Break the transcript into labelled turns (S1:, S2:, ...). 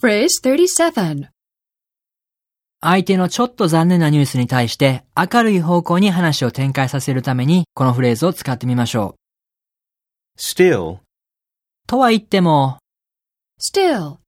S1: Phrase 37.
S2: 相手のちょっと残念なニュースに対して明るい方向に話を展開させるためにこのフレーズを使ってみましょう。
S3: Still,
S2: とは言っても、
S1: Still,